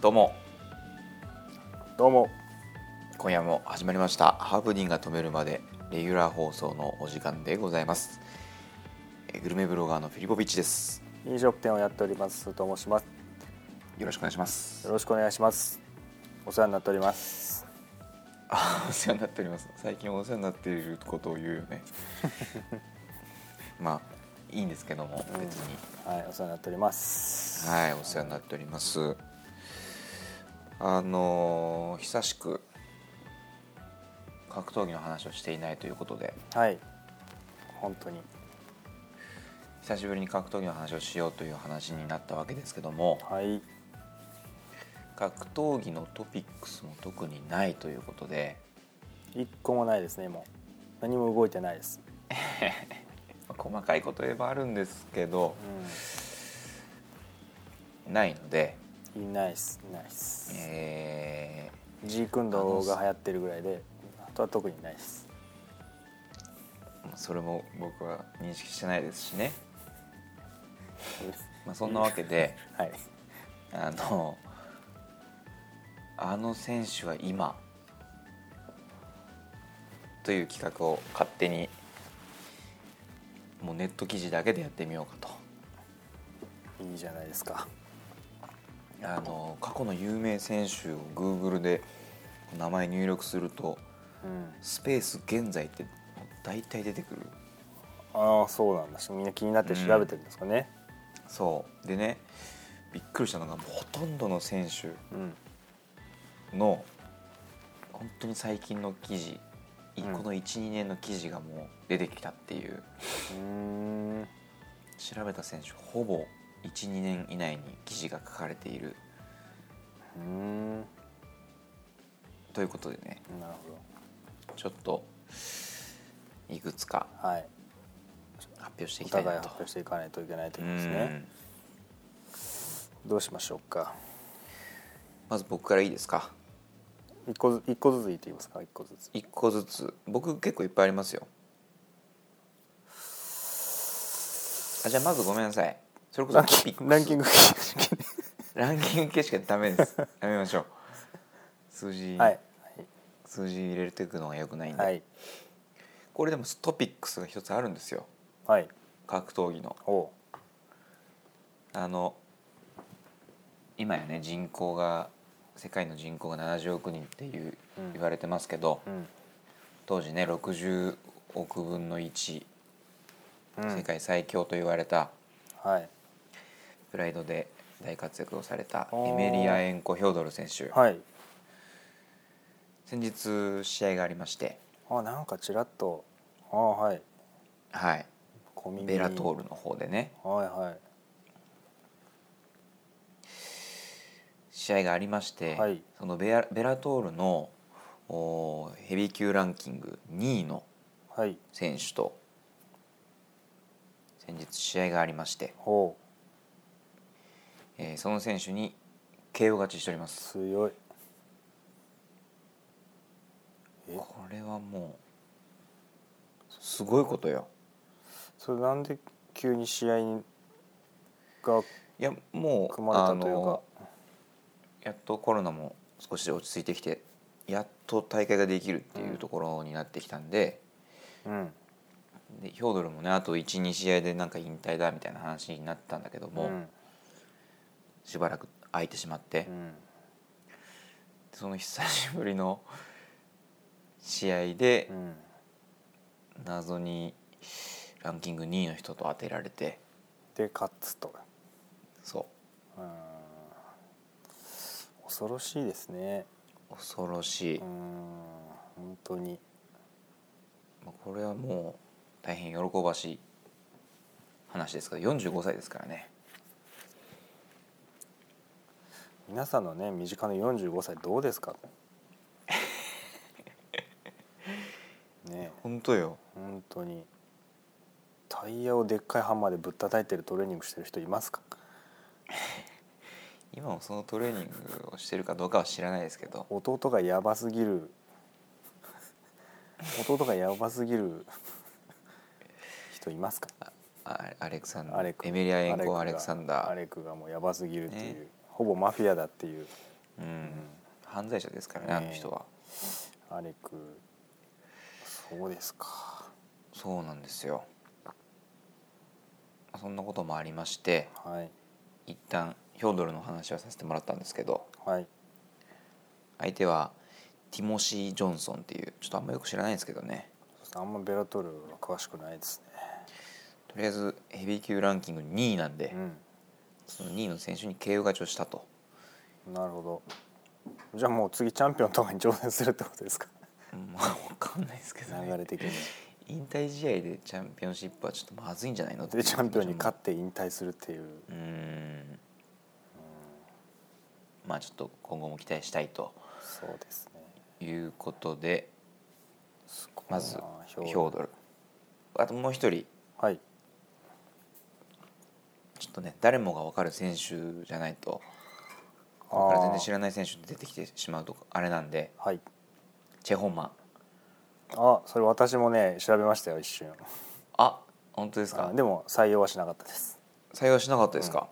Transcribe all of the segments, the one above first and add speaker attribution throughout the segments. Speaker 1: どうも
Speaker 2: どうも
Speaker 1: 今夜も始まりましたハーブディンが止めるまでレギュラー放送のお時間でございますえーグルメブロガーのフィリポビッチです
Speaker 2: 飲食店をやっておりますと申します
Speaker 1: よろしくお願いしま
Speaker 2: よ
Speaker 1: す
Speaker 2: ろしくお願いしますお世話になっております
Speaker 1: あお世話になっております最近お世話になっていることを言うよ ねまあいいんですけども別に、
Speaker 2: はいお世話になっております
Speaker 1: はいお世話になっておりますあのー久しく格闘技の話をしていないということで
Speaker 2: はい本当に
Speaker 1: 久しぶりに格闘技の話をしようという話になったわけですけども
Speaker 2: はい
Speaker 1: 格闘技のトピックスも特にないということで
Speaker 2: 一個もないですねもう何も動いてないです
Speaker 1: まあ細かいこと言えばあるんですけど
Speaker 2: う
Speaker 1: ないので、
Speaker 2: んいいナイスナイス
Speaker 1: え
Speaker 2: G 運動が流行ってるぐらいであとは特にないです
Speaker 1: ーそれも僕は認識してないですしね、まあ、そんなわけで
Speaker 2: はい
Speaker 1: あのあの選手は今という企画を勝手にもうネット記事だけでやってみようかと。
Speaker 2: いいじゃないですか
Speaker 1: あの過去の有名選手を Google で名前入力すると
Speaker 2: うん
Speaker 1: スペース現在って大体出てくる
Speaker 2: ああそうなんだみんな気になって調べてるんですかね
Speaker 1: そうでねびっくりしたのがほとんどの選手
Speaker 2: うん
Speaker 1: の本当に最近の記事、い
Speaker 2: うん
Speaker 1: この12年の記事がもう出てきたっていう
Speaker 2: うんん
Speaker 1: 調べた選手ほぼ12年以内に記事が書かれている
Speaker 2: うん
Speaker 1: ということでね
Speaker 2: なるほど
Speaker 1: ちょっといくつか
Speaker 2: はい、
Speaker 1: 発表してい
Speaker 2: お
Speaker 1: きたい
Speaker 2: 互い
Speaker 1: なと
Speaker 2: 発。表していかないといけないということですね。
Speaker 1: うん
Speaker 2: どうしましょうか。
Speaker 1: まず僕からいいですか
Speaker 2: 一個ず一個ずつ言っていいますか。一個ずつ。
Speaker 1: 一個ずつ僕結構いっぱいありますよあじゃあまずごめんなさいそれこそ
Speaker 2: ラン
Speaker 1: トピ
Speaker 2: キ
Speaker 1: ッ
Speaker 2: ン
Speaker 1: ク
Speaker 2: グランキング
Speaker 1: ランキング形式はダメですやめましょう数字、
Speaker 2: はい
Speaker 1: 数字入れていくのがよくないんで、
Speaker 2: はい
Speaker 1: これでもトピックスが一つあるんですよ
Speaker 2: はい。
Speaker 1: 格闘技の
Speaker 2: おう
Speaker 1: あの今やね人口が世界の人口が70億人っていう
Speaker 2: うん
Speaker 1: 言われてますけど、
Speaker 2: うん
Speaker 1: 当時ね60億分の1
Speaker 2: うん
Speaker 1: 世界最強と言われた
Speaker 2: はい
Speaker 1: プライドで大活躍をされた
Speaker 2: おー
Speaker 1: エメリア・エンコ・ヒョードル選手、
Speaker 2: はい。
Speaker 1: 先日試合がありまして、
Speaker 2: あなんかちらっとあはい。
Speaker 1: はい、
Speaker 2: 小耳に
Speaker 1: ベラトールの方でね
Speaker 2: はいは
Speaker 1: 試合がありまして、
Speaker 2: はい
Speaker 1: そのベアベラトールのおーヘビー級ランキング2位の
Speaker 2: いはい。
Speaker 1: 選手と先日試合がありまして、
Speaker 2: おう
Speaker 1: えーその選手に KO 勝ちしております
Speaker 2: 強い。え
Speaker 1: これはもうすごいことよ
Speaker 2: それなんで急に試合にが
Speaker 1: いやもう
Speaker 2: 組まれたという
Speaker 1: あ
Speaker 2: か
Speaker 1: の。やっとコロナも少し落ち着いてきてやっと大会ができるっていうところになってきたんで,、
Speaker 2: うん
Speaker 1: でヒョードルもねあと12試合でなんか引退だみたいな話になったんだけども、
Speaker 2: うん
Speaker 1: しばらく空いてしまって、
Speaker 2: うん
Speaker 1: その久しぶりの試合で
Speaker 2: うん
Speaker 1: 謎にランキング2位の人と当てられて
Speaker 2: で勝つと。
Speaker 1: そ
Speaker 2: うん恐ろしいですね。
Speaker 1: う恐ろしい、
Speaker 2: うん
Speaker 1: ま
Speaker 2: 本当に
Speaker 1: あこれはもう大変喜ばしい話ですけど45歳ですからね。
Speaker 2: 皆さんのね身近な45歳どうです か。ねえ
Speaker 1: 本当よ
Speaker 2: 本当にタイヤをでっかいハンマーでぶったたいてるトレーニングしてる人いますか。
Speaker 1: 今もそのトレーニングをしてるかどうかは知らないですけど
Speaker 2: 弟がやばすぎ る。弟がやばすぎる人いますか。
Speaker 1: あアレクサン
Speaker 2: アレク
Speaker 1: エメリア・エンコ・
Speaker 2: が
Speaker 1: アレクサン
Speaker 2: ア
Speaker 1: ダー
Speaker 2: レクがもうやばすぎるっていう、
Speaker 1: ね
Speaker 2: ほぼマフィアだっていう
Speaker 1: うん、犯罪者ですからねあの人は、
Speaker 2: アレクそうですか
Speaker 1: そうなんですよそんなこともありまして
Speaker 2: はい
Speaker 1: 一旦ヒョードルの話はさせてもらったんですけど
Speaker 2: はい
Speaker 1: 相手はティモシー・ジョンソンっていうちょっとあんまよく知らないんですけどね
Speaker 2: そしてあんまベラトルは詳しくないです
Speaker 1: とりあえずヘビー級ランキング2位なんで、
Speaker 2: ね
Speaker 1: その2位の選手に KO 勝ちをしたと
Speaker 2: うんなるほどじゃあもう次チャンピオンとかに挑戦するってことですか
Speaker 1: まあ分かんないですけど、
Speaker 2: 流
Speaker 1: ね、
Speaker 2: れ的に
Speaker 1: 引退試合でチャンピオンシップはちょっとまずいんじゃないのってい
Speaker 2: で
Speaker 1: う
Speaker 2: チャンピオンに勝
Speaker 1: 気持ちも
Speaker 2: って引退するっていう
Speaker 1: うーんまあちょっと今後も期待したいと
Speaker 2: そうですね
Speaker 1: いうことです
Speaker 2: ごいな
Speaker 1: まずヒ
Speaker 2: ヒ
Speaker 1: ョ
Speaker 2: ョウ
Speaker 1: ードルあともう一人
Speaker 2: はい
Speaker 1: ちょっとね誰もが分かる選手じゃないとこれから全然知
Speaker 2: ら
Speaker 1: らない選手に出てきてしまうとあれなんで
Speaker 2: はい
Speaker 1: チェ・ホンマン
Speaker 2: あそれ私もね調べましたよ一瞬
Speaker 1: あ本当ですか
Speaker 2: あでも採用はしなかったです
Speaker 1: 採用しなかったですか、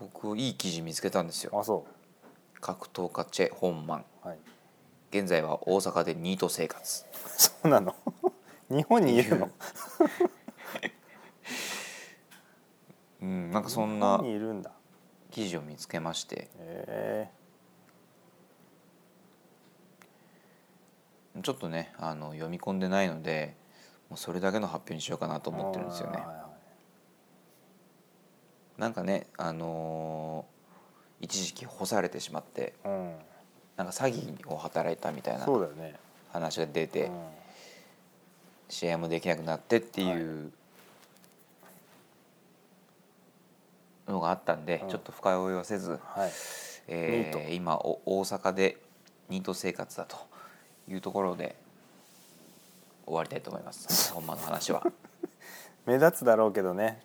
Speaker 1: 僕いい記事見つけたんですよ
Speaker 2: あそ
Speaker 1: 格闘家チェ・ホンマン
Speaker 2: うはい
Speaker 1: 現在は大阪でニート生活
Speaker 2: そうなの 日本にいるの
Speaker 1: うんなんかそんな
Speaker 2: 日本にいるんだ
Speaker 1: 記事を見つけまして
Speaker 2: え
Speaker 1: ちょっとねあの読み込んでないのでもうそれだけの発表にしようかなと
Speaker 2: え
Speaker 1: 思ってるんですよね
Speaker 2: はいは
Speaker 1: なんかねあのー一時期干されてしまって
Speaker 2: いはい
Speaker 1: なんか詐欺を働いたみたい
Speaker 2: うん
Speaker 1: な
Speaker 2: そうだよね
Speaker 1: 話が出て、
Speaker 2: うん
Speaker 1: 試合もできなくなってっていうのがあったんで、
Speaker 2: うん
Speaker 1: ちょっと深追いはせず、
Speaker 2: はい
Speaker 1: えー
Speaker 2: ニー
Speaker 1: 今お大阪でニート生活だというところで終わりたいと思い ます本間の話は
Speaker 2: 目立つだろうけ どね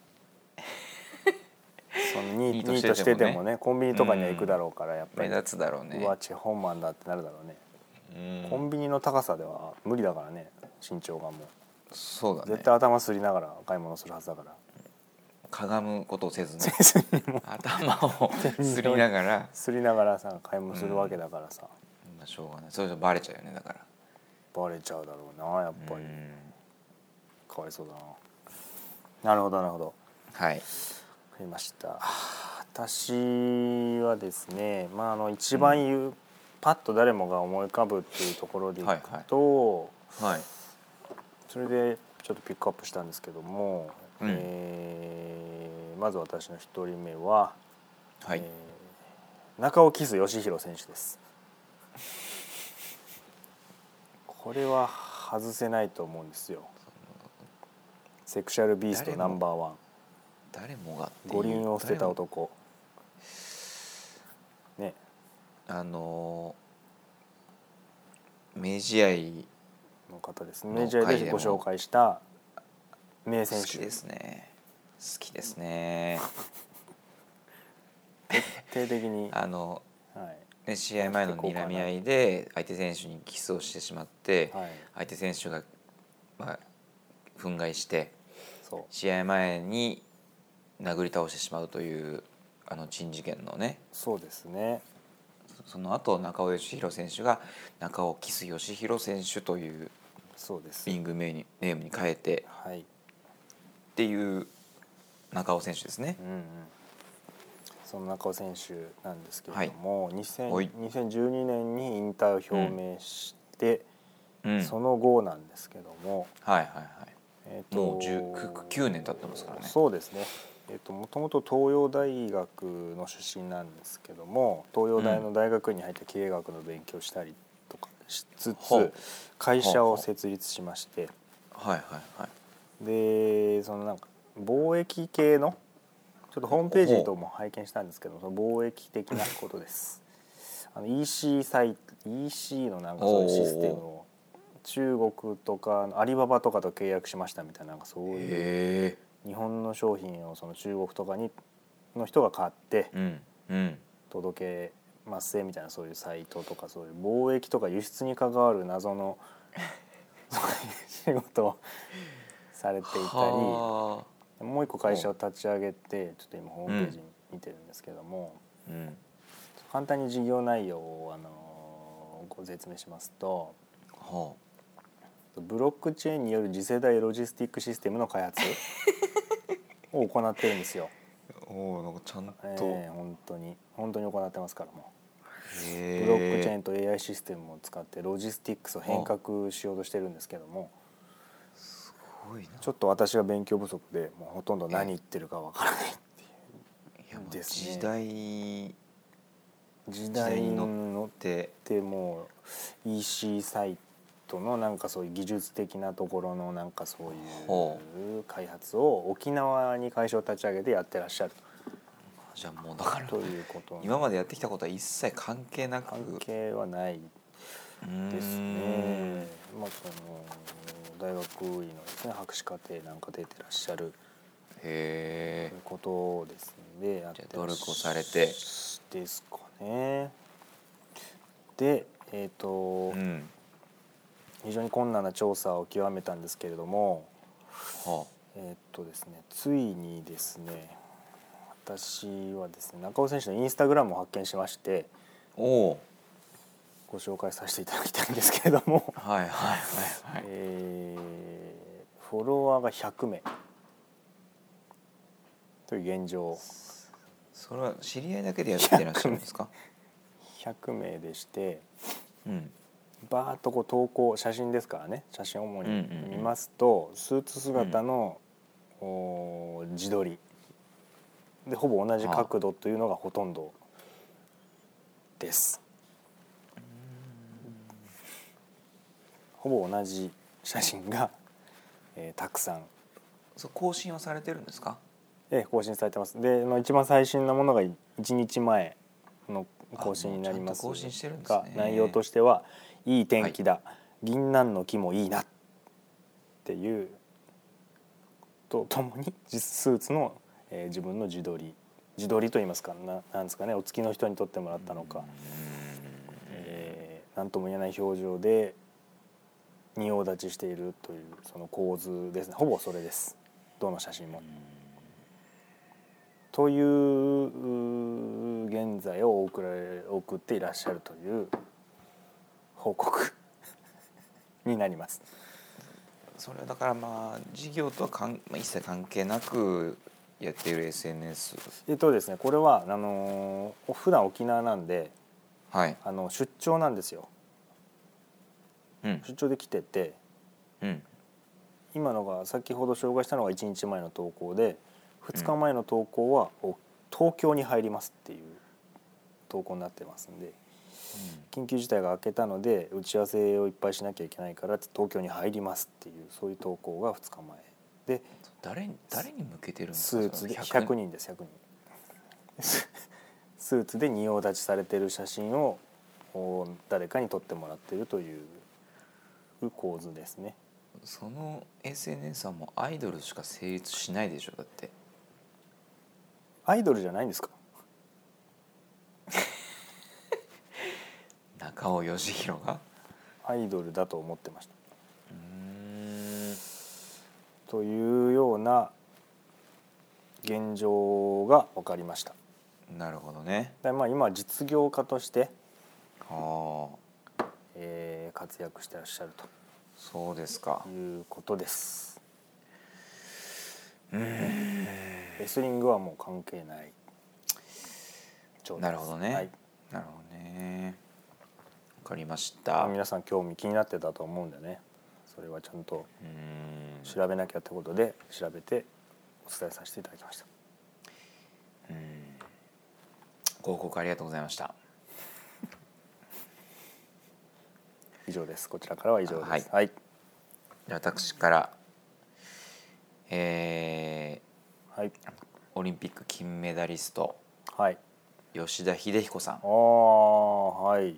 Speaker 2: そのニ
Speaker 1: ニー
Speaker 2: ー
Speaker 1: ト
Speaker 2: ト
Speaker 1: し
Speaker 2: して
Speaker 1: て
Speaker 2: て
Speaker 1: もね
Speaker 2: もねコンビニとかには行くだろうからやっぱ
Speaker 1: 目
Speaker 2: り、
Speaker 1: 立つだろうね
Speaker 2: うわチェホンマンだってなるだろうね、
Speaker 1: うん
Speaker 2: コンビニの高さでは無理だからね身長がも
Speaker 1: そうだ
Speaker 2: う
Speaker 1: ね
Speaker 2: 絶対頭すりながら買い物するはず だから
Speaker 1: かがむことをせずね頭をすりながら
Speaker 2: すりながらさ買い物するわけだからさ、
Speaker 1: まあしょうがないそれじゃバレちゃうよねだから
Speaker 2: バレちゃうだろうなやっぱ
Speaker 1: う
Speaker 2: り、
Speaker 1: ん
Speaker 2: かわいそうだななるほどなるほど
Speaker 1: はい
Speaker 2: わかりました私はですね、まあ、あの一番言う、パッと誰もが思い浮かぶっていうところでいくと、
Speaker 1: はい
Speaker 2: それでちょっとピックアップしたんですけども、
Speaker 1: うん
Speaker 2: えーまず私の一人目は、
Speaker 1: はい、
Speaker 2: えー中尾キス義弘選手ですこれは外せないと思うんですよセクシャルビーストナンバーワン
Speaker 1: 誰もがっていう
Speaker 2: 五輪を捨てた男ね
Speaker 1: あのー明治合
Speaker 2: の方です
Speaker 1: の
Speaker 2: ねメジャー
Speaker 1: 回で
Speaker 2: で
Speaker 1: も
Speaker 2: ご紹介した名選
Speaker 1: 好き
Speaker 2: 手
Speaker 1: ですね好きですね
Speaker 2: 徹底的に、は
Speaker 1: あの、
Speaker 2: い
Speaker 1: ね、試合前の睨み合いで相手選手にキスをしてしまって、
Speaker 2: はい、
Speaker 1: 相手選手が、まあ、憤慨して
Speaker 2: そう
Speaker 1: 試合前に殴り倒してしまうというあの珍事件のね
Speaker 2: そうですね
Speaker 1: その後中尾義弘選手が中尾キス義弘選手という
Speaker 2: そうです
Speaker 1: リングメニネームに変えて
Speaker 2: はい
Speaker 1: っていう中尾選手ですね
Speaker 2: う。んうんその中尾選手なんですけれども、2000
Speaker 1: はい
Speaker 2: 2012年に引退を表明して、
Speaker 1: うん、
Speaker 2: その後なんですけども、
Speaker 1: はいはいはい。
Speaker 2: えーと
Speaker 1: もう10 9年経ってますからね。
Speaker 2: そうですね。えっ、ともともと東洋大学の出身なんですけども、東洋大の大学院に入って経営学の勉強したりとかしつつ、
Speaker 1: ほう
Speaker 2: 会社を設立しまして、
Speaker 1: はいはいはい。
Speaker 2: でそのなんか貿易系のちょっとホームページとも拝見したんですけど、その貿易的なことです。 あの EC サイ EC のなんかそういうシステムを中国とかあのアリババとかと契約しましたみたいななんかそういう。
Speaker 1: へえ。
Speaker 2: 日本の商品をその中国とかにの人が買って
Speaker 1: うんうん。
Speaker 2: 届けますせみたいなそういうサイトとかそういう貿易とか輸出に関わる 謎のそういう仕事をされていたりも
Speaker 1: は
Speaker 2: う一個会社を立ち上げてちょっと今ホームページ見てるんですけども
Speaker 1: あ。うん。
Speaker 2: そ簡単に事業内容をあのご説明しますと
Speaker 1: は
Speaker 2: ブロックチェーンによる次世代ロジスティックシステムの開 発を行ってるんですよ。
Speaker 1: あ、おおなんかちゃんと、
Speaker 2: えー本当に本当に行ってますからもう
Speaker 1: へ
Speaker 2: ブロックチェーンと AI システムを使ってロジスティックスを変革しようとしてるんですけども
Speaker 1: すごいな
Speaker 2: ちょっと私が勉強不足でもうほとんど何言ってるかわからないっていう
Speaker 1: いやもう
Speaker 2: ですね
Speaker 1: 時代に
Speaker 2: 時
Speaker 1: 代
Speaker 2: 代
Speaker 1: に
Speaker 2: に
Speaker 1: 乗
Speaker 2: 乗
Speaker 1: っ
Speaker 2: っててもう EC サイトのなんかそういう技術的なところのなんかそう
Speaker 1: ほ
Speaker 2: いう開発を沖縄に会社を立ち上げてやってらっしゃる
Speaker 1: じゃあもうだから
Speaker 2: ということ
Speaker 1: 今までやってきたことは一切関係なく
Speaker 2: 関係はないですね。まあその大学院のですね博士課程なんか出てらっしゃる
Speaker 1: うーんへ
Speaker 2: ということですのでやってらっしゃ
Speaker 1: 努力をされて
Speaker 2: ですかね。でえっ、
Speaker 1: え
Speaker 2: と、
Speaker 1: うん
Speaker 2: 非常に困難な調査を極めたんですけれども
Speaker 1: は
Speaker 2: えっとですねついにですね私はですね中尾選手のインスタグラムを発見しまして
Speaker 1: あおお
Speaker 2: ご紹介させていただきたいんですけれども、
Speaker 1: はいはいは いはい
Speaker 2: えーフォロワーが100名という現状
Speaker 1: それは知り合いだけでやってらっしゃるんですか
Speaker 2: 100名でして
Speaker 1: うん
Speaker 2: バーッとこう投稿写真ですからね写真を主
Speaker 1: うん
Speaker 2: に
Speaker 1: うんうん
Speaker 2: 見ますと、スーツ姿の、おー自撮りでほぼ同じ角度というのがほとんどです。ほぼ同じ写真が、えーたくさん、
Speaker 1: そう更新はされてるんですか
Speaker 2: えー更新されてますで、まあ、一番最新のものが1日前の更新になります
Speaker 1: あもうちゃんと更新してるんですね
Speaker 2: が内容としては「いい天気だ、銀杏の木もいいな」っていうとともに実スーツの、えー自分の自撮り自撮りと言いますかななんですかねお付きの人に撮ってもらったのか、えーなんとも言えない表情で仁王立ちしているというその構図ですねほぼそれですどの写真も。といううー現在を送られ送っていらっしゃるという報告 になります。
Speaker 1: それはだからまあ事業とはかん、まあ、一切関係なくやっている SNS
Speaker 2: えっとですねこれはあのー普段沖縄なんで
Speaker 1: はい
Speaker 2: あの出張なんですよ
Speaker 1: うん
Speaker 2: 出張で来てて
Speaker 1: うん
Speaker 2: 今のが先ほど紹介したのが1日前の投稿で2日前の投稿は、お東京に入りますっていう投稿になってますんで緊急事態が明けたので打ち合わせをいっぱいしなきゃいけないからって東京に入りますっていうそういう投稿が2日前で
Speaker 1: 誰に誰に向けてるんです
Speaker 2: ス
Speaker 1: か
Speaker 2: ーツで
Speaker 1: その
Speaker 2: 100人です100人 スーツで仁王立ちされてる写真をお誰かに撮ってもらってるという構図ですね
Speaker 1: その SNS はもうアイドルしか成立しないでしょだって
Speaker 2: アイドルじゃないんですか
Speaker 1: 中尾義弘が
Speaker 2: アイドルだと思ってました
Speaker 1: うーん
Speaker 2: というような現状が分かりました
Speaker 1: なるほどね
Speaker 2: で、まあ、今は実業家として、
Speaker 1: はあ
Speaker 2: えー活躍してらっしゃる
Speaker 1: そうですか
Speaker 2: ということですレスリングはもう関係ない状
Speaker 1: な
Speaker 2: 態で
Speaker 1: る
Speaker 2: す
Speaker 1: ほどね、
Speaker 2: はい
Speaker 1: なるほどねわかりまし
Speaker 2: ま
Speaker 1: た
Speaker 2: あ
Speaker 1: う
Speaker 2: 皆さん興味気になってたと思うんでねそれはちゃんと
Speaker 1: ーん
Speaker 2: 調べなきゃってことで調べてお伝えさせていただきました
Speaker 1: ご報告ありがとうございました
Speaker 2: 以上ですこちらからは以上です
Speaker 1: はい
Speaker 2: はい、
Speaker 1: じゃあ私からえ
Speaker 2: はい
Speaker 1: ーオリンピック金メダリスト
Speaker 2: はい
Speaker 1: 吉田秀彦さん
Speaker 2: ああはい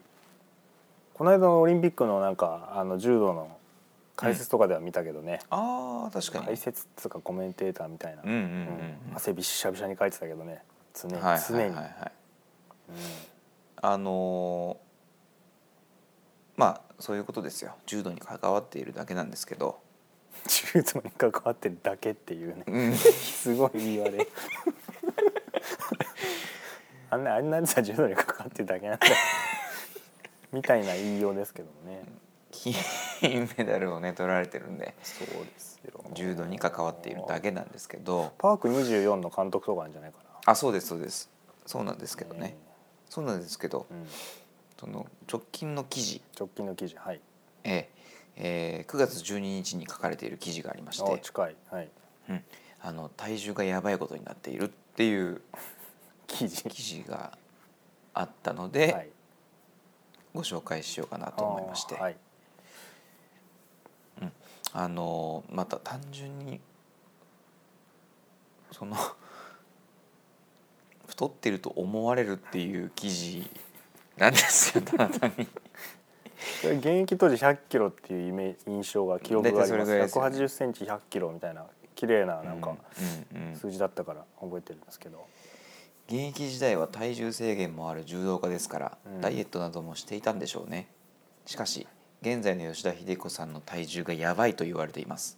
Speaker 2: この間のオリンピックのなんかあの柔道の解説とかでは見たけどね、
Speaker 1: あー確か
Speaker 2: 解
Speaker 1: に
Speaker 2: 説っつうかコメンテーターみたいな、
Speaker 1: うんうんうんうん
Speaker 2: 汗びっしゃびしゃに書いてたけどね常に、
Speaker 1: はい
Speaker 2: 常
Speaker 1: は
Speaker 2: に、
Speaker 1: いはいはいあのーまあそういうことですよ柔道に関わっているだけなんですけど
Speaker 2: 柔道に関わってる だけっていうねすごい言われあんなあんなんさ10ドルかかってるだけ なんだみたいな言いようですけどもね、
Speaker 1: 金メダルをね取られてるんで
Speaker 2: そうですよ
Speaker 1: 柔道に関わっているだけなんですけど
Speaker 2: パーク24の監督とかなんじゃないかな
Speaker 1: あそうですそうですそうなんですけどねそうなんですけど
Speaker 2: うん、
Speaker 1: その直近の記事、
Speaker 2: 直近の記事はい
Speaker 1: えええー9月12日に書かれている記事がありまし
Speaker 2: お
Speaker 1: て、
Speaker 2: 近いはい
Speaker 1: うん、あの体重がやばいことになっているっていう
Speaker 2: 記事
Speaker 1: 記事があったので、
Speaker 2: はい
Speaker 1: ご紹介しようかなと思いまして
Speaker 2: あー
Speaker 1: あ、
Speaker 2: はい
Speaker 1: のまた単純にその 太ってると思われるっていう記事なんですよただ単に。
Speaker 2: それ現役当時100キロっていうイメージ印象が記憶があ
Speaker 1: 大体そ
Speaker 2: ります
Speaker 1: れぐらいですよね
Speaker 2: 180センチ100キロみたいな綺麗ななんか
Speaker 1: うんうんうん
Speaker 2: 数字だったから覚えてるんですけど、
Speaker 1: 現役時代は体重制限もある柔道家ですから、
Speaker 2: うん
Speaker 1: ダイエットなどもしていたんでしょうねしかし現在の吉田秀子さんの体重がやばいと言われています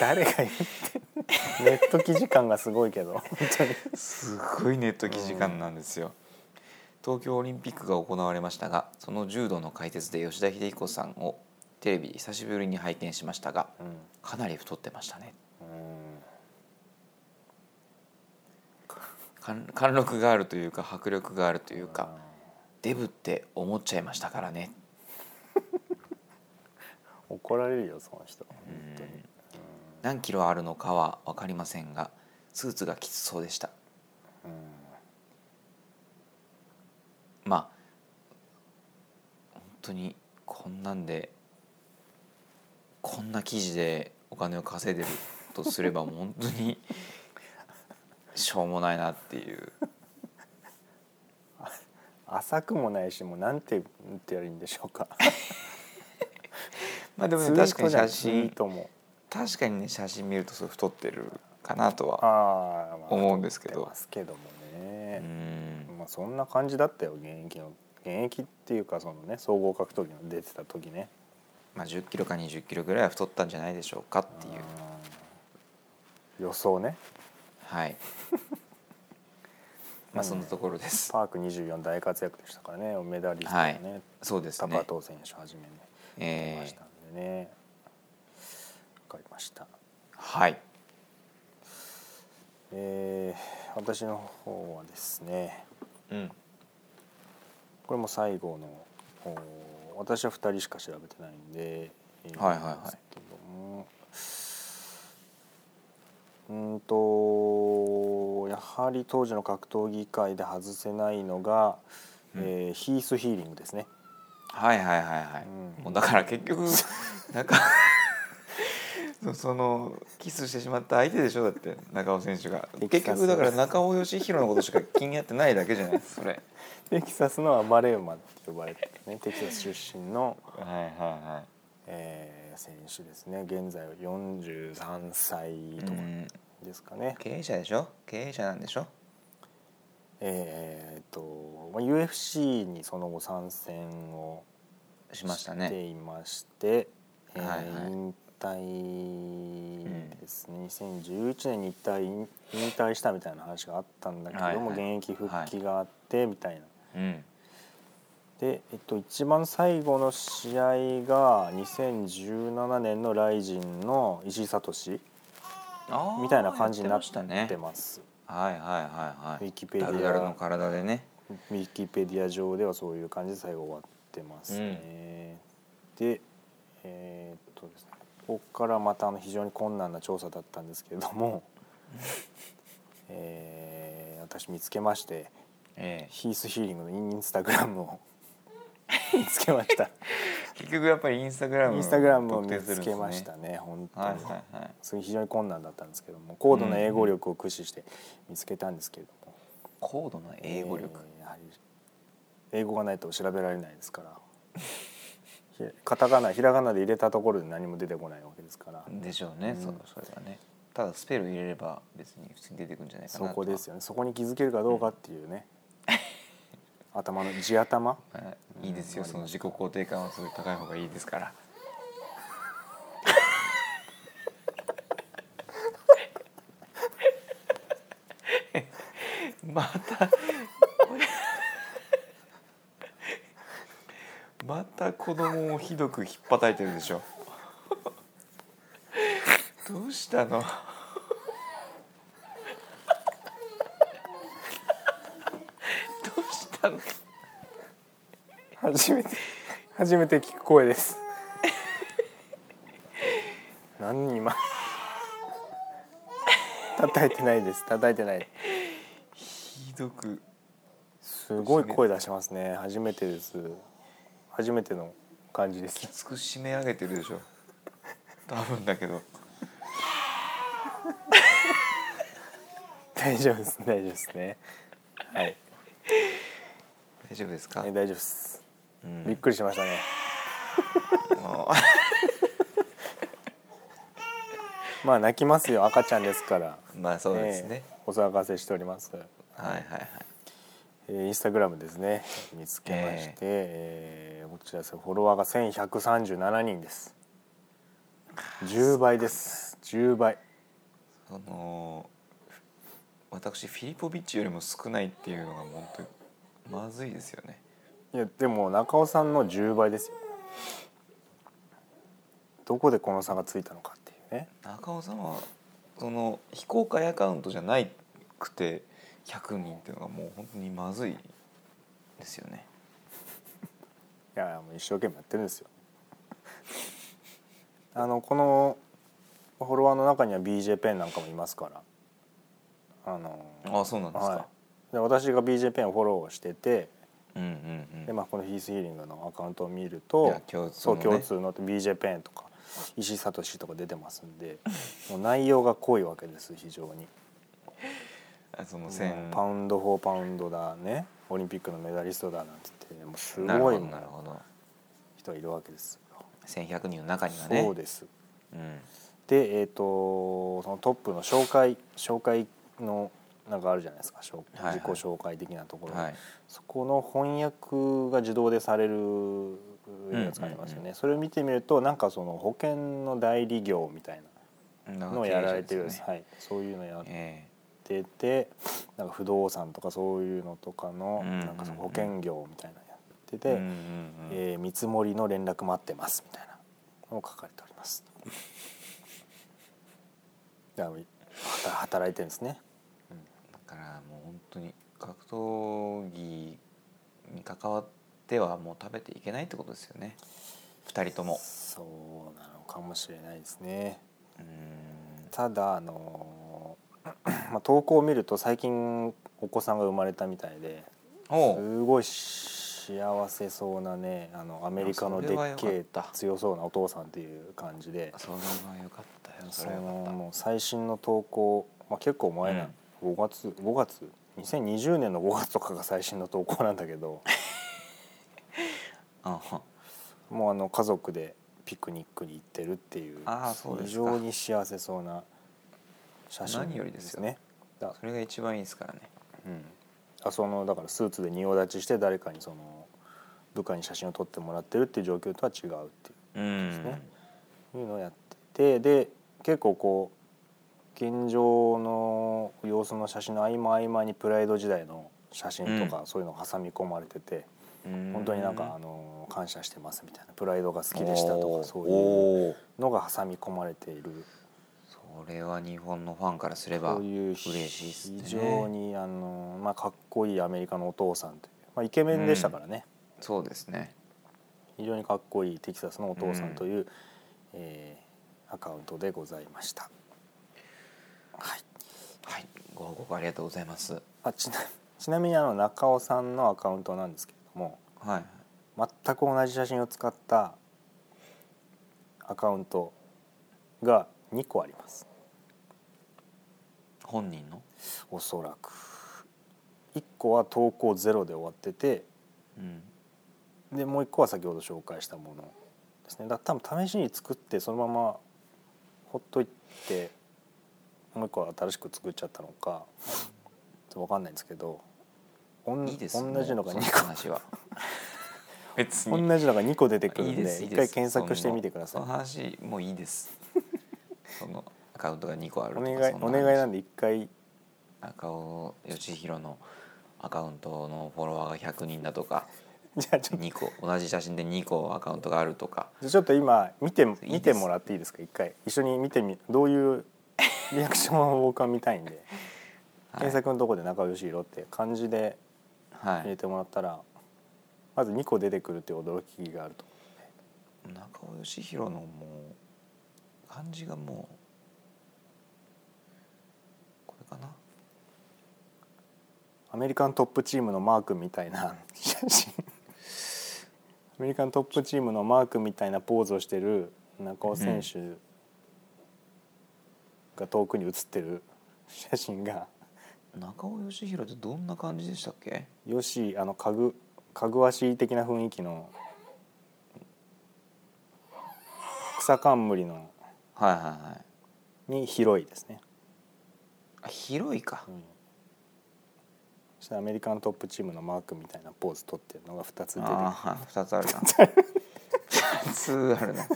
Speaker 2: 誰が言ってんのネット記事感がすごいけど本当に
Speaker 1: すごいネット記事感なんですよ、東京オリンピックが行われましたがその柔道の解説で吉田秀彦さんをテレビで久しぶりに拝見しましたがかなり太ってましたね
Speaker 2: うん
Speaker 1: 貫貫禄があるというか迫力があるという
Speaker 2: う
Speaker 1: か
Speaker 2: ん
Speaker 1: デブって思っちゃいましたからね
Speaker 2: 怒られるよその人本当に
Speaker 1: うん何キロあるのかは分かりませんがスーツがきつそうでしたまあ本当にこんなんでこんな記事でお金を稼いでるとすればもう本当 にしょうもないなっていう
Speaker 2: 浅くもないしもうなんて言ってやりんでしょうか
Speaker 1: まあでも、
Speaker 2: ツイ
Speaker 1: ね、
Speaker 2: ー
Speaker 1: 確か
Speaker 2: ト
Speaker 1: に
Speaker 2: じゃん
Speaker 1: 写
Speaker 2: ツイー
Speaker 1: 真
Speaker 2: トも
Speaker 1: 確かにね写真見るとそう太ってるかなとは
Speaker 2: あー、まあ
Speaker 1: 思うんですけど
Speaker 2: 撮ってますけども
Speaker 1: う
Speaker 2: ね、
Speaker 1: ん
Speaker 2: まあ、そんな感じだったよ現役の現役っていうかそのね総合格闘技の出てた時ね
Speaker 1: まあ1 0キロか2 0キロぐらいは太ったんじゃないでしょうかっていう
Speaker 2: うん予想ね
Speaker 1: はいまあそんなところです
Speaker 2: パーク24大活躍でしたからねメダリストも
Speaker 1: はい
Speaker 2: ね、
Speaker 1: そうですね
Speaker 2: 高藤選手はじめね出ま
Speaker 1: え
Speaker 2: し
Speaker 1: ー
Speaker 2: たんでねわかりました
Speaker 1: はい
Speaker 2: えー私の方はですね
Speaker 1: うん
Speaker 2: これも最後のおー私は2人しか調べてないんで、えー
Speaker 1: はいはいはい
Speaker 2: ですけどもうーんとやはり当時の格闘技界で外せないのが、
Speaker 1: うん
Speaker 2: えーヒースヒーリングですね。
Speaker 1: はいはいはいはい、
Speaker 2: うん
Speaker 1: もうだから結 局なんかそそのキスしてしまった相手でしょだって中尾選手が
Speaker 2: テキ
Speaker 1: 結
Speaker 2: サ
Speaker 1: 局
Speaker 2: ス
Speaker 1: だから中尾義弘のことしか気になってないだけじゃ ないそれ
Speaker 2: テキサスのアマレウマって呼ばれてるねテキサス出身の、
Speaker 1: はいはいは
Speaker 2: えー選手ですね現在は43歳
Speaker 1: い
Speaker 2: とかですかね。
Speaker 1: 経営者でしょ経営者なんでしょ
Speaker 2: えーっとまあ UFC にその後参戦を
Speaker 1: しました
Speaker 2: して
Speaker 1: ね
Speaker 2: いまして、えー
Speaker 1: はいはい
Speaker 2: 引退ですね、2011年に一体引引退したみたいな話があったんだけども、
Speaker 1: はいはい
Speaker 2: 現役復帰があってみたいな。
Speaker 1: うん
Speaker 2: で、えっと、一番最後の試合が2017年のライジンの石井聡
Speaker 1: あー
Speaker 2: みたいな感じになって
Speaker 1: やましたね
Speaker 2: ます。
Speaker 1: はいはいは
Speaker 2: ウ
Speaker 1: いは
Speaker 2: ィ
Speaker 1: い
Speaker 2: キペディア
Speaker 1: ダルダルの体でね
Speaker 2: ウィキペディア上ではそういう感じで最後終わってますね。でえーっとですねここからまたあの非常に困難な調査だったんですけれども、えー私見つけまして
Speaker 1: え
Speaker 2: ヒースヒーリングのインスタグラム を見つけました
Speaker 1: え結局やっぱりインスタグラム
Speaker 2: インスタグラムを見
Speaker 1: 特定するん
Speaker 2: つ
Speaker 1: です
Speaker 2: け
Speaker 1: ね
Speaker 2: ましたね本当に、
Speaker 1: はいはいはい
Speaker 2: それ非常に困難だったんですけども高度な英語力を駆使して見つけたんですけれども、
Speaker 1: 高度な英語力、
Speaker 2: えーやはり英語がないと調べられないですからひカタカナひらがなで入れたところで何も出てこないわけですから、
Speaker 1: でしょうね、そう
Speaker 2: うん
Speaker 1: それはねただスペル入れれば別に普通に出てくるんじゃないか
Speaker 2: そ
Speaker 1: な
Speaker 2: こです
Speaker 1: よ、
Speaker 2: よねそこに気づけるかどうかっていうね、頭の地頭
Speaker 1: はい、いいですよ、
Speaker 2: うん
Speaker 1: その自己肯定感はすごい高い方がいいですから またまた子供をひどくひっぱたいてるでしょどうしたのどうしたの
Speaker 2: 初めて初めて聞く声です何今叩いてないです叩いてない
Speaker 1: ひどく
Speaker 2: すごい声出しますね初めてです初めての感じで
Speaker 1: き
Speaker 2: す
Speaker 1: つく締め上げてるでしょ多分だけど
Speaker 2: 大丈夫です大丈夫ですねはい、
Speaker 1: 大丈夫ですか、
Speaker 2: はい大丈夫です
Speaker 1: うん
Speaker 2: びっくりしましたね
Speaker 1: も
Speaker 2: まあ泣きますよ赤ちゃんですから
Speaker 1: う まあそうですね、
Speaker 2: ええお騒がせしております
Speaker 1: はいはいはい
Speaker 2: えーインスタグラムですね見つけまして、えーこちらですフォロワーが1137人です10倍です10倍
Speaker 1: その私フィリポビッチよりも少ないっていうのが本当にまずいですよね
Speaker 2: いやでも中尾さんの10倍ですよどこでこの差がついたのかっていうね
Speaker 1: 中尾さんはその非公開アカウントじゃないくて100人っていうのがもう本当にまずいですよね
Speaker 2: いやもう一生懸命やってるんですよあのこのフォロワーの中には BJ ペンなんかもいますからあの
Speaker 1: ああそうなんですか、
Speaker 2: はい、で私が BJ ペンをフォローしてて
Speaker 1: うんうん
Speaker 2: で
Speaker 1: うん
Speaker 2: まあ、このヒースヒーリングのアカウントを見る
Speaker 1: い
Speaker 2: と
Speaker 1: や共通
Speaker 2: そ
Speaker 1: の
Speaker 2: う
Speaker 1: ね
Speaker 2: 共通の BJ ペンとか石井聡とか出てますんでもう内容が濃いわけです非常に。
Speaker 1: あその
Speaker 2: も
Speaker 1: 千
Speaker 2: うパウンド・フォー・パウンドだねオリンピックのメダリストだなんて言ってもうす
Speaker 1: なるほ
Speaker 2: ごい
Speaker 1: ど
Speaker 2: もう
Speaker 1: なるほど
Speaker 2: 人がいるわけですよ。
Speaker 1: 1100人の中にはね
Speaker 2: そうです
Speaker 1: うん、
Speaker 2: で、えー、とそのトップの紹介紹介のなんかあるじゃないですか紹
Speaker 1: はいはい
Speaker 2: 自己紹介的なところ、
Speaker 1: はい
Speaker 2: そこの翻訳が自動でされるやつがありますよ
Speaker 1: う
Speaker 2: ね、
Speaker 1: んうんう
Speaker 2: それを見てみるとなんかその保険の代理業みたいなのをやられてるんです
Speaker 1: なんか経営者ですよね
Speaker 2: はい、そういうのやっ
Speaker 1: え
Speaker 2: ててなんか不動産とかそういうのとかの
Speaker 1: うんうんうん
Speaker 2: なんかその保険業みたいなのやって
Speaker 1: え
Speaker 2: て、
Speaker 1: うんうんうん
Speaker 2: えー見積もりの連絡待ってますみたいなのを書かれており ます。だから働働いてるんですね。
Speaker 1: だからもう本当に格闘技に関わってはもう食べていけないってことですよね2人とも
Speaker 2: そうなのかもしれないですね。
Speaker 1: うーん
Speaker 2: ただあのー まあ投稿を見ると最近お子さんが生まれたみたいで
Speaker 1: おう
Speaker 2: すごい幸せそうなねあのアメリカの
Speaker 1: そ
Speaker 2: で
Speaker 1: れはよ
Speaker 2: っ
Speaker 1: かった
Speaker 2: けえ強そうなお父さんっていう感じで
Speaker 1: それはよかったよそ
Speaker 2: そ
Speaker 1: れ
Speaker 2: の
Speaker 1: はよかっ
Speaker 2: もう最新の投稿、まあ、結構前な、5月5月2020年の5月とかが最新の投稿なんだ けど
Speaker 1: たあは
Speaker 2: もうあの家族でピクニックに行ってるっていう
Speaker 1: ああそうで
Speaker 2: 非
Speaker 1: すか
Speaker 2: 常に幸せそうな写真
Speaker 1: 何よりですよ
Speaker 2: ね。だ
Speaker 1: それが一番いいですからね
Speaker 2: うん、あそのだからスーツで仁王立ちして誰かにその部下に写真を撮ってもらってるっていう状況とは違うっていう
Speaker 1: うん
Speaker 2: ねいうのをやっててで結構こう現状の様子の写真の合間合間にプライド時代の写真とかそういうのが挟み込まれてて、
Speaker 1: うん
Speaker 2: 本当になんかあの感謝してますみたいなプライドが好きでしたと
Speaker 1: おー
Speaker 2: かそういう
Speaker 1: おー
Speaker 2: のが挟み込まれている
Speaker 1: それは日本のファンからすれば
Speaker 2: そういう
Speaker 1: 嬉
Speaker 2: 非
Speaker 1: しいですね
Speaker 2: 常にあの、まあ、かっこいいアメリカのお父さんという、まあ、イケメンでしたからね、
Speaker 1: そうですね
Speaker 2: 非常にかっこいいテキサスのお父さんという、えーアカウントでございましたはい
Speaker 1: はいご報告ありがとうございますはい
Speaker 2: あちな ちなみにあの中尾さんのアカウントなんですけれども
Speaker 1: はい
Speaker 2: 全く同じ写真を使ったアカウントが2個あります
Speaker 1: 本人の
Speaker 2: おそらく1個は投稿ゼロで終わってて
Speaker 1: うん
Speaker 2: でもう1個は先ほど紹介したものですねだから多分試しに作ってそのままほっといてもう1個は新しく作っちゃったのか分かんないんですけどおん
Speaker 1: いいですよ
Speaker 2: 同じのが
Speaker 1: もう
Speaker 2: 2
Speaker 1: そ
Speaker 2: 個
Speaker 1: 話は 別に
Speaker 2: 同じのが2個出てくる
Speaker 1: いい
Speaker 2: んで
Speaker 1: ですいいで
Speaker 2: 一
Speaker 1: す
Speaker 2: 回検索してみてください
Speaker 1: その話もういいですそのアカウントが2個ある
Speaker 2: お願いお願いなん
Speaker 1: で
Speaker 2: で一回
Speaker 1: 赤尾義弘のアカウントのフォロワーが100人だとか
Speaker 2: じゃあちょっと
Speaker 1: 2個同じ写真で2個アカウントがあるとか
Speaker 2: じゃあちょっと今見て
Speaker 1: す
Speaker 2: 見てもらっていいですか一回一緒に見てみどういうリアクションを僕は見たいんで、
Speaker 1: はい
Speaker 2: 検索のとこで中尾義弘って漢字で
Speaker 1: は
Speaker 2: 入
Speaker 1: い
Speaker 2: れてもらったら、まず2個出てくるっていう驚きがあると
Speaker 1: 中尾義弘のもう漢字がもうこれかな
Speaker 2: アメリカントップチームのマークみたいな写真アメリカントップチームのマークみたいなポーズをしてる中尾選手が遠くに写ってる写真が
Speaker 1: 中尾義弘ってどんな感じでしたっけ
Speaker 2: よしあのかぐかぐわしい的な雰囲気の草冠の
Speaker 1: はいはいはい
Speaker 2: に広いですね、
Speaker 1: あ広いか
Speaker 2: うんそしてアメリカントップチームのマークみたいなポーズ取ってるのが2つ出てくる
Speaker 1: ああ2つあるな2つあるなう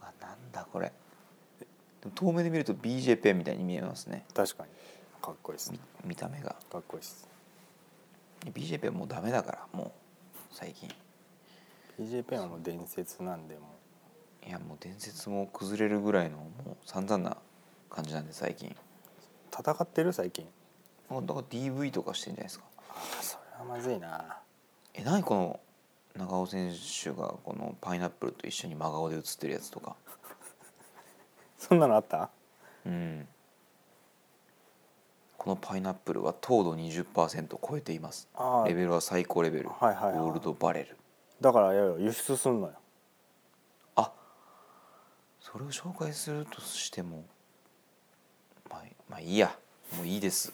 Speaker 1: わなんだこれでも遠目で見ると BJ ペンみたいに見えますね
Speaker 2: 確かにかっこいいです
Speaker 1: み見た目が
Speaker 2: かっこいいです
Speaker 1: BJ ペンもうダメだからもう最近
Speaker 2: PJ ペンはもう伝説なんでも
Speaker 1: いやもう伝説も崩れるぐらいのもう散々な感じなんで最近
Speaker 2: う戦ってる最近
Speaker 1: なんかだから DV とかしてんじゃないですか
Speaker 2: ああそれはまずいな
Speaker 1: え何この長尾選手がこのパイナップルと一緒に真顔で写ってるやつとか
Speaker 2: そんなのあった
Speaker 1: うんこのパイナップルは糖度20%超えています
Speaker 2: ああ
Speaker 1: レベルは最高レベル、
Speaker 2: はいはいはい
Speaker 1: ゴールドバレル
Speaker 2: だからやよ輸出すんのよ
Speaker 1: あそれを紹介するとしてもまあまあいいやもういいです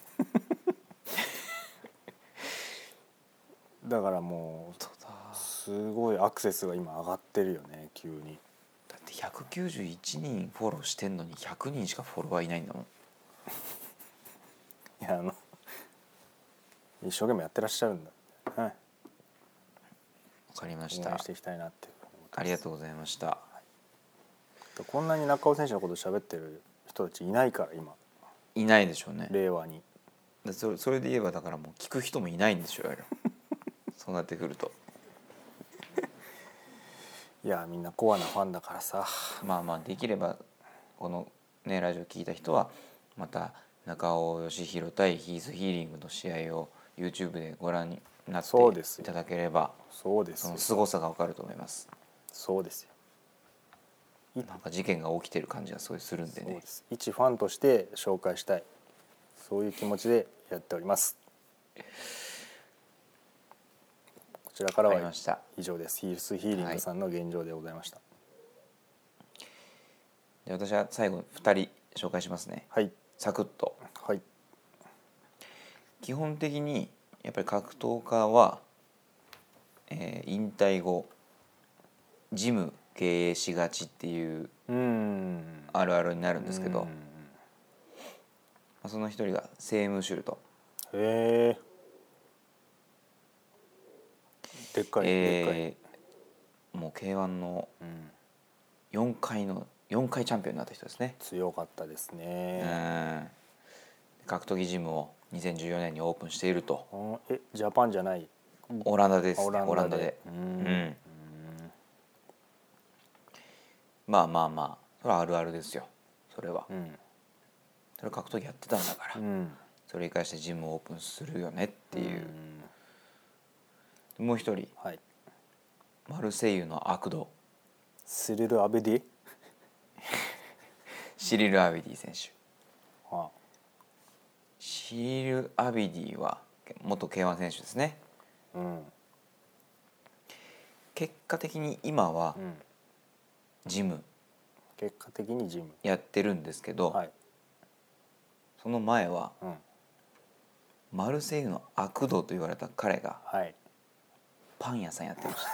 Speaker 2: だからもう
Speaker 1: そうだ
Speaker 2: すごいアクセスが今上がってるよね急に
Speaker 1: だって191人フォローしてんのに100人しかフォロワーいないんだもん
Speaker 2: いやあの一生懸命やってらっしゃるんだはい
Speaker 1: わかりまし
Speaker 2: 応
Speaker 1: た
Speaker 2: 援していきたいなって
Speaker 1: ありがとうございました
Speaker 2: こんなに中尾選手のこと喋ってる人たちいないから今
Speaker 1: いないでしょうね
Speaker 2: 令和に
Speaker 1: でそれそれで言えばだからもう聞く人もいないんでしょうよ そうなってくると
Speaker 2: いやみんなコアなファンだからさ
Speaker 1: まあまあできればこのねラジオ聞いた人はまた中尾義弘対ヒースヒーリングの試合を YouTube でご覧になって
Speaker 2: そうです
Speaker 1: い
Speaker 2: よ
Speaker 1: ただければ
Speaker 2: そうです
Speaker 1: そ
Speaker 2: よ
Speaker 1: の凄さがわかると思います
Speaker 2: そうですよ
Speaker 1: なんか事件が起きてる感じがすごいするんで
Speaker 2: そう
Speaker 1: ね
Speaker 2: です一ファンとして紹介したいそういう気持ちでやっておりますこちらから
Speaker 1: わかり
Speaker 2: は
Speaker 1: ました
Speaker 2: 以上ですヒースヒーリングさんの現状でございました
Speaker 1: で私は最後2人紹介しますね
Speaker 2: はい
Speaker 1: サクッと
Speaker 2: はい
Speaker 1: 基本的にやっぱり格闘家は、えー引退後ジム経営しがちっていう
Speaker 2: うーん
Speaker 1: あるあるになるんですけ
Speaker 2: う
Speaker 1: ど
Speaker 2: ん
Speaker 1: その一人がセームシュルト、
Speaker 2: へえでっかい、でっかい、
Speaker 1: えーもう k 1の
Speaker 2: うん、
Speaker 1: 4回の4回チャンピオンになった人ですね、
Speaker 2: 強かったです
Speaker 1: う
Speaker 2: ね、
Speaker 1: ん格闘技ジムを2014年にオープンしていると
Speaker 2: うんえジャパンじゃない
Speaker 1: オランダです、ね、
Speaker 2: オ
Speaker 1: オ
Speaker 2: ラ
Speaker 1: ラ
Speaker 2: ンダ
Speaker 1: ン
Speaker 2: で
Speaker 1: ダで
Speaker 2: うん
Speaker 1: うんまあまあまあそれはあるあるですよそれは、
Speaker 2: うん
Speaker 1: それ格闘技やってたんだから、
Speaker 2: うん
Speaker 1: それに関してジムをオープンするよねって
Speaker 2: う
Speaker 1: いう、
Speaker 2: ん
Speaker 1: もう一人
Speaker 2: はい
Speaker 1: マルセイユの悪童
Speaker 2: スリル・アベディ
Speaker 1: シリル・アビディ選手
Speaker 2: あ
Speaker 1: シリル・アビディは元 k 1選手ですね
Speaker 2: うん
Speaker 1: 結果的に今は
Speaker 2: うん
Speaker 1: ジム
Speaker 2: 結果的にジム
Speaker 1: やってるんですけど、
Speaker 2: はい
Speaker 1: その前は
Speaker 2: うん
Speaker 1: マルセイユの悪童と言われた彼が
Speaker 2: はい
Speaker 1: パン屋さんやってました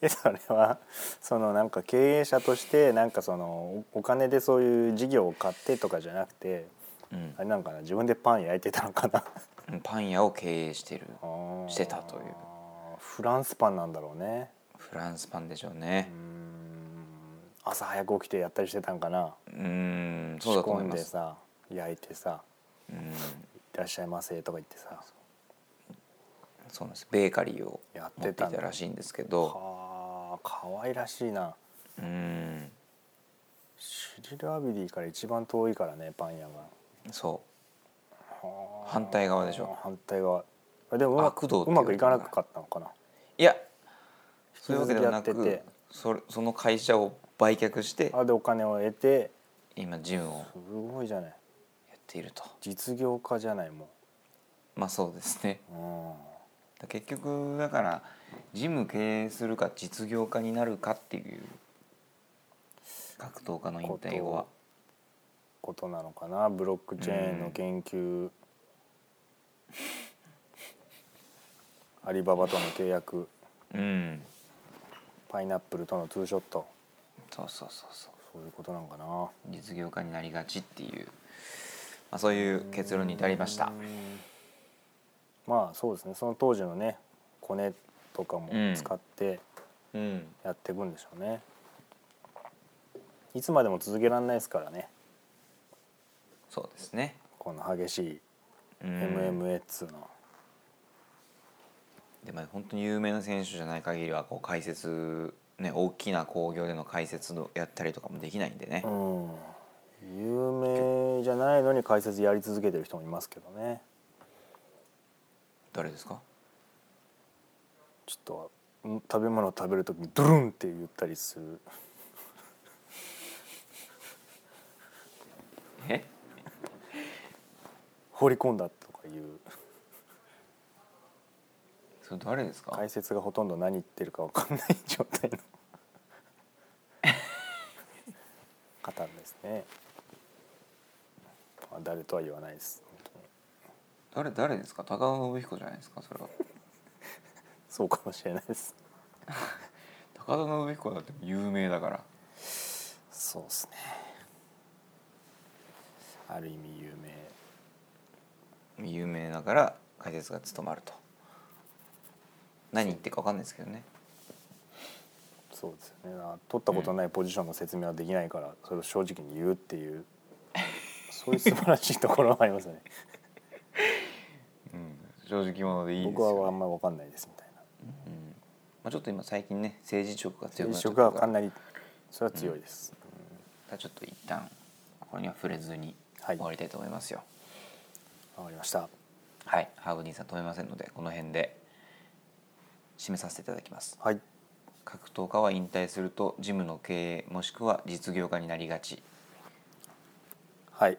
Speaker 2: えそれはそのなんか経営者としてなんかそのおお金でそういう事業を買ってとかじゃなくて
Speaker 1: うん
Speaker 2: あれなんかな自分でパン焼いてたのか な
Speaker 1: うん、パン屋を経営してる
Speaker 2: あー
Speaker 1: してたという
Speaker 2: フランスパンなんだろうね
Speaker 1: フランスパンでしょう
Speaker 2: うー
Speaker 1: ね、
Speaker 2: ん朝早く起きてやったりしてたんかな
Speaker 1: うーん
Speaker 2: 仕
Speaker 1: そうだと思い
Speaker 2: 込ん
Speaker 1: ま
Speaker 2: ですさ焼いてさ
Speaker 1: うん
Speaker 2: 「いらっしゃいませ」とか言ってさ
Speaker 1: そうなんですベーカリーを
Speaker 2: やっ
Speaker 1: 持っててい
Speaker 2: た
Speaker 1: た
Speaker 2: んだ
Speaker 1: らしいんですけど
Speaker 2: はあ可愛らしいな
Speaker 1: うん
Speaker 2: シリル・アビディから一番遠いからねパン屋が
Speaker 1: そ
Speaker 2: はあ
Speaker 1: 反対側でしょ
Speaker 2: 反対側あでもうまく
Speaker 1: 悪道って
Speaker 2: う
Speaker 1: いう
Speaker 2: まくいかなかったのかな
Speaker 1: ういやそういうわけではな
Speaker 2: 引き続きや
Speaker 1: く
Speaker 2: ってて
Speaker 1: それその会社を売却して
Speaker 2: あでお金を得て
Speaker 1: 今ジムをや
Speaker 2: すごいじゃない
Speaker 1: っていると
Speaker 2: 実業家じゃないも
Speaker 1: まあそうですね
Speaker 2: う、うん、
Speaker 1: 結局だからジム経営するか実業家になるかっていう格闘家の引退後は
Speaker 2: ことなのかなブロックチェーンの 研究、アリババとの契約
Speaker 1: うん
Speaker 2: パイナップルとのツーショット
Speaker 1: そうそうそうそう
Speaker 2: そういうことなんかな
Speaker 1: 実業家になりがちっていう、まあ、そういう結論に至りました
Speaker 2: うんまあそうですねその当時のねコネとかも使って
Speaker 1: うん
Speaker 2: やっていくんでしょうね、いつまでも続けられないですからね
Speaker 1: そうですね
Speaker 2: この激しい
Speaker 1: うん
Speaker 2: MMA っつうの、
Speaker 1: でまあ本当に有名な選手じゃない限りはこう解説ね大きな興行での解説のやったりとかもできないんでね
Speaker 2: うん、有名じゃないのに解説やり続けてる人もいますけどね
Speaker 1: 誰ですか
Speaker 2: ちょっとん食べ物を食べる時にドゥルンって言ったりする
Speaker 1: え
Speaker 2: 放り込んだとかいう
Speaker 1: それ誰ですか
Speaker 2: 解説がほとんど何言ってるか分かんない状態の方ですね、まあ、誰とは言わないです本当に
Speaker 1: 誰誰ですか高田信彦じゃないですかそれは
Speaker 2: そうかもしれないです
Speaker 1: 高田信彦だって有名だから
Speaker 2: そうですねある意味有名
Speaker 1: 有名だから解説が務まると何言ってるか分かんないですけどね
Speaker 2: そうですよねあ取ったことないポジションの説明はできないから、それを正直に言うっていうそういう素晴らしいところはありますよね
Speaker 1: 正直者 でいいです
Speaker 2: 僕
Speaker 1: よ、
Speaker 2: はあ
Speaker 1: ね
Speaker 2: んまり分かんないですみたいな
Speaker 1: うんまあ、ちょっと今最近ね政治色が強くな
Speaker 2: 政
Speaker 1: っちゃ
Speaker 2: 治
Speaker 1: っ
Speaker 2: 色が
Speaker 1: た
Speaker 2: 分
Speaker 1: か
Speaker 2: からんないそれは強いです、
Speaker 1: ちょっと一旦これには触れずに
Speaker 2: はい
Speaker 1: 終わりたいと思いますよ
Speaker 2: わかりました
Speaker 1: はい、ハーブ兄さん止めませんのでこの辺で締めさせていただきます
Speaker 2: はい
Speaker 1: 格闘家は引退するとジムの経営もしくは実業家になりがち
Speaker 2: はい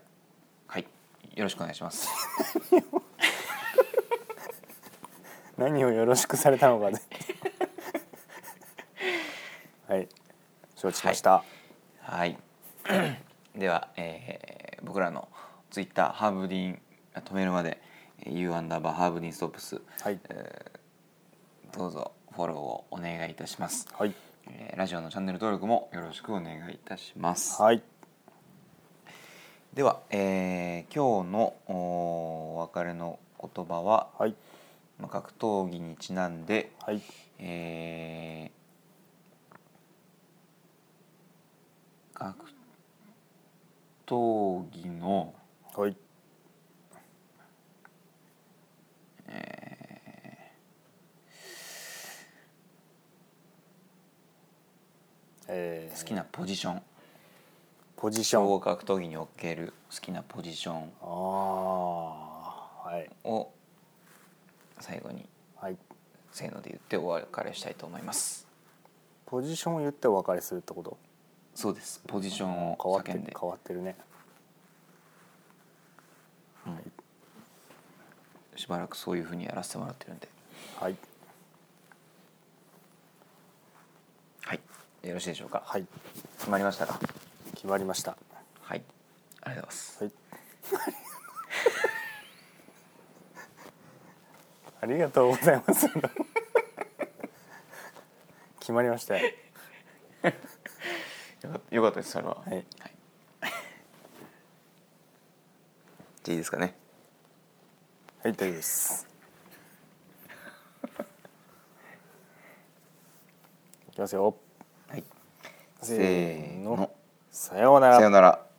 Speaker 1: はいよろしくお願いします
Speaker 2: 何をよろしくされたの かねはい承知しました、
Speaker 1: はい。 では、えー僕らのツイッターハーブディーンあ止めるまで U アンダーバーハーブディーンストップス
Speaker 2: はい
Speaker 1: どうぞフォローをお願いいたします。
Speaker 2: はい
Speaker 1: えーラジオのチャンネル登録もよろしくお願いいたします。
Speaker 2: はい
Speaker 1: では、えー今日のおお別れの言葉は、
Speaker 2: はい
Speaker 1: まあ格闘技にちなんで、
Speaker 2: はい
Speaker 1: えー格闘技の
Speaker 2: はいえー
Speaker 1: 好きなポジション
Speaker 2: ポジシ
Speaker 1: 総
Speaker 2: ョン
Speaker 1: 合格闘技における好きなポジション
Speaker 2: ああはい
Speaker 1: を最後に
Speaker 2: はい
Speaker 1: せーので言ってお別れしたいと思います
Speaker 2: ポジションを言ってお別れするってこと
Speaker 1: そうですポジションを
Speaker 2: 変わって
Speaker 1: 叫
Speaker 2: る
Speaker 1: んで
Speaker 2: 変わってるね
Speaker 1: しばらくそういうふうにやらせてもらってるんで
Speaker 2: はい
Speaker 1: はいよろしいでしょうか
Speaker 2: はい
Speaker 1: 決まりましたか
Speaker 2: 決まりました
Speaker 1: はいありがとうございます
Speaker 2: はい ありがとうございます 決まりましたよ
Speaker 1: よかったよかったですそれは
Speaker 2: はい
Speaker 1: じゃあいいですかね
Speaker 2: はい大丈夫 ですいきますよ
Speaker 1: はい
Speaker 2: せーの
Speaker 1: さような
Speaker 2: さ
Speaker 1: ら
Speaker 2: よなら